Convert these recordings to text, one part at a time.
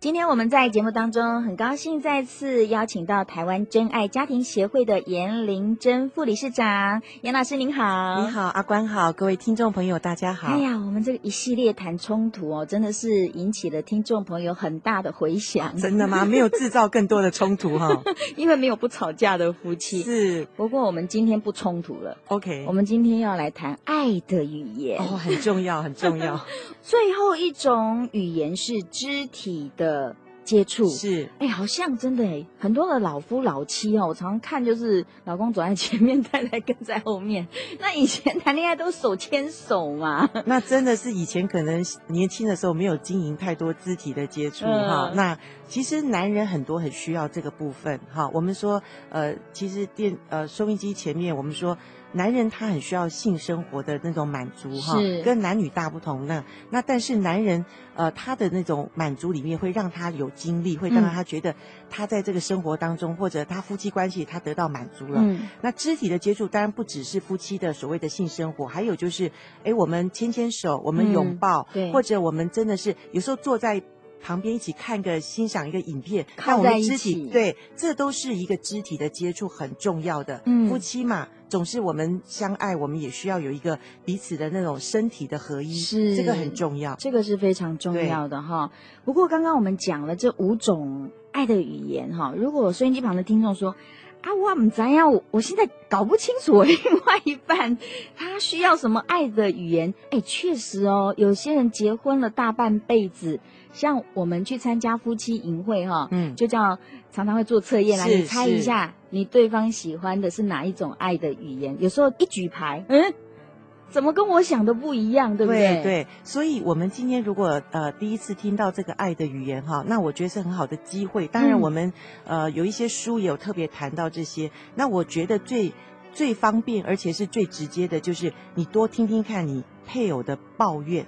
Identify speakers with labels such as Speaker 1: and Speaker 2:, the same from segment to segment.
Speaker 1: 今天我们在节目当中，很高兴再次邀请到台湾真爱家庭协会的严玲珍副理事长，严老师您好。
Speaker 2: 你。好，阿关好，各位听众朋友，大家好。
Speaker 1: 哎呀，我们这个一系列谈冲突哦，真的是引起了听众朋友很大的回响，
Speaker 2: 真的吗？没有制造更多的冲突哈、
Speaker 1: 因为没有不吵架的夫妻。
Speaker 2: 是
Speaker 1: 不过我们今天不冲突了，
Speaker 2: OK，
Speaker 1: 我们今天要来谈爱的语言。
Speaker 2: 哦，很重要，很重 要，
Speaker 1: 最后一种语言是肢体的接触。
Speaker 2: 是
Speaker 1: 哎、好像真的哎，很多的老夫老妻哦，我常常看就是老公走在前面， 太太跟在后面。那以前谈恋爱都手牵手嘛，
Speaker 2: 那真的是以前可能年轻的时候没有经营太多肢体的接触哈、
Speaker 1: 嗯
Speaker 2: 那其实男人很多很需要这个部分哈。我们说呃，其实电呃收音机前面我们说男人他很需要性生活的那种满足哈
Speaker 1: 是，
Speaker 2: 跟男女大不同呢。那但是男人呃他的那种满足里面会让他有精力，会让
Speaker 1: 嗯
Speaker 2: 他觉得他在这个生活当中或者他夫妻关系他得到满足了。
Speaker 1: 嗯，
Speaker 2: 那肢体的接触当然不只是夫妻的所谓的性生活，还有就是，哎，我们牵牵手，我们拥抱，
Speaker 1: 嗯对
Speaker 2: 或者我们真的是有时候坐在旁边一起看个欣赏一个影片，
Speaker 1: 靠
Speaker 2: 但我
Speaker 1: 在
Speaker 2: 们
Speaker 1: 一
Speaker 2: 肢
Speaker 1: 起
Speaker 2: 体对，这都是一个肢体的接触很重要的。
Speaker 1: 嗯
Speaker 2: 夫妻嘛，总是我们相爱，我们也需要有一个彼此的那种身体的合一，
Speaker 1: 是
Speaker 2: 这个很重要。
Speaker 1: 这个是非常重要的哈。不过刚刚我们讲了这五种爱的语言哈，如果收音机旁的听众说啊，我唔知呀，我我现在搞不清楚我另外一半他需要什么爱的语言，哎，确实哦，有些人结婚了大半辈子，像我们去参加夫妻营会哈。
Speaker 2: 嗯，
Speaker 1: 就叫常常会做测验啦，
Speaker 2: 是
Speaker 1: 你猜一下你对方喜欢的是哪一种爱的语言？有时候一举牌，嗯，怎么跟我想的不一样，对不对？
Speaker 2: 对，所以我们今天如果呃第一次听到这个爱的语言哈，那我觉得是很好的机会。当然，
Speaker 1: 嗯
Speaker 2: 我们、呃有一些书也有特别谈到这些。那我觉得最最方便而且是最直接的，就是你多听听看你配偶的抱怨。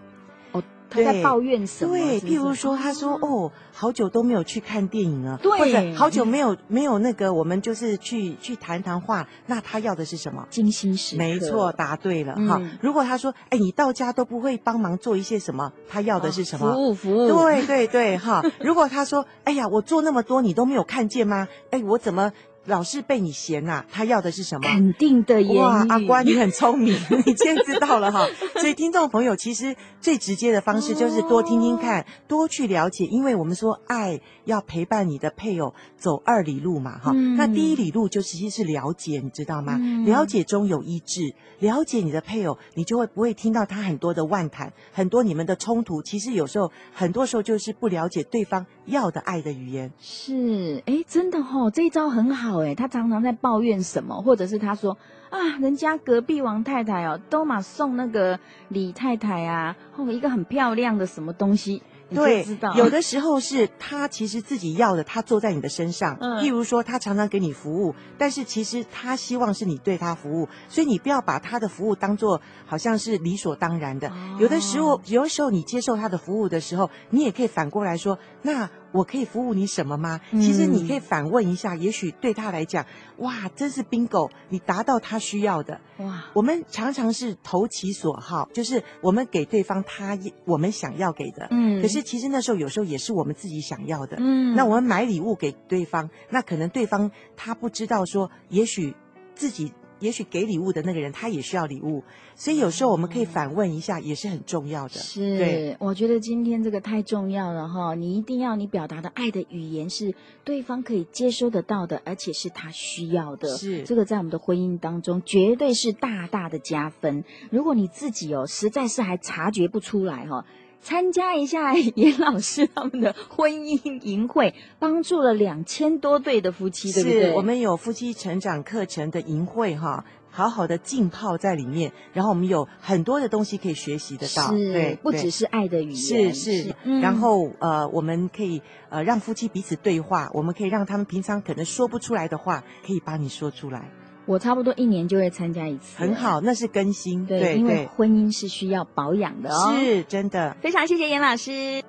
Speaker 1: 哦，他在
Speaker 2: 对
Speaker 1: 抱怨什么？
Speaker 2: 对，
Speaker 1: 是不是
Speaker 2: 譬如说，他说：“，哦，好久都没有去看电影了，
Speaker 1: 对
Speaker 2: 或者好久没有没有那个，我们就是去去谈谈话。”那他要的是什么？
Speaker 1: 精心时刻，
Speaker 2: 没错，，答对了哈、
Speaker 1: 嗯
Speaker 2: 如果他说：“哎，你到家都不会帮忙做一些什么？”他要的是什么？
Speaker 1: 啊哦服务服务，
Speaker 2: 对对对，哈！如果他说：“哎呀，我做那么多，你都没有看见吗？哎，我怎么老是被你嫌呐、他要的是什么？
Speaker 1: 肯定的言语，
Speaker 2: 哇，阿瓜，你很聪 明，你今天知道了哈。所以听众朋友，其实最直接的方式就是多听听看，
Speaker 1: 嗯
Speaker 2: 多去了解，因为我们说爱要陪伴你的配偶走二里路嘛哈。
Speaker 1: 嗯
Speaker 2: 那第一里路就其实是了解，你知道吗？
Speaker 1: 嗯
Speaker 2: 了解中有医治，了解你的配偶，你就会不会听到他很多的万谈，很多你们的冲突。其实有时候，很多时候就是不了解对方要的爱的语言。
Speaker 1: 是，哎，真的哦，这一招很好哎。他常常在抱怨什么，或者是他说啊，人家隔壁王太太哦，都嘛送那个李太太啊，哦，一个很漂亮的什么东西，你就
Speaker 2: 对，
Speaker 1: 知道
Speaker 2: 有的时候是他其实自己要的，他坐在你的身上。
Speaker 1: 嗯
Speaker 2: 譬如说，他常常给你服务，但是其实他希望是你对他服务，所以你不要把他的服务当做好像是理所当然
Speaker 1: 哦
Speaker 2: 的。有的时候，有的时候你接受他的服务的时候，你也可以反过来说：“那我可以服务你什么吗？”
Speaker 1: 嗯
Speaker 2: 其实你可以反问一下，也许对他来讲，哇，真是 bingo，你达到他需要的。
Speaker 1: 哇，
Speaker 2: 我们常常是投其所好，就是我们给对方他我们想要给的，
Speaker 1: 嗯
Speaker 2: 可是其实那时候有时候也是我们自己想要的。
Speaker 1: 嗯，
Speaker 2: 那我们买礼物给对方，那可能对方他不知道说，也许自己也许给礼物的那个人他也需要礼物，所以有时候我们可以反问一下，也是很重要的。
Speaker 1: 是
Speaker 2: 对，
Speaker 1: 我觉得今天这个太重要了哈！你一定要你表达的爱的语言是对方可以接收得到的，而且是他需要的。
Speaker 2: 是
Speaker 1: 这个在我们的婚姻当中绝对是大大的加分。如果你自己哦，实在是还察觉不出来哈、参加一下 严老师他们的婚姻营会，帮助了两千多对的夫妻，对不对？
Speaker 2: 是我们有夫妻成长课程的营会哈，好好的浸泡在里面，然后我们有很多的东西可以学习得到。
Speaker 1: 是
Speaker 2: 对，
Speaker 1: 不
Speaker 2: 对
Speaker 1: 只是爱的语言，
Speaker 2: 是是，
Speaker 1: 嗯
Speaker 2: 然后呃，我们可以呃让夫妻彼此对话，我们可以让他们平常可能说不出来的话，可以帮你说出来，
Speaker 1: 我差不多一年就会参加一次，
Speaker 2: 很好，那是更新，
Speaker 1: 对，
Speaker 2: 对
Speaker 1: 因为
Speaker 2: 对，
Speaker 1: 婚姻是需要保养的哦。，
Speaker 2: 是真的。
Speaker 1: 非常谢谢严老师。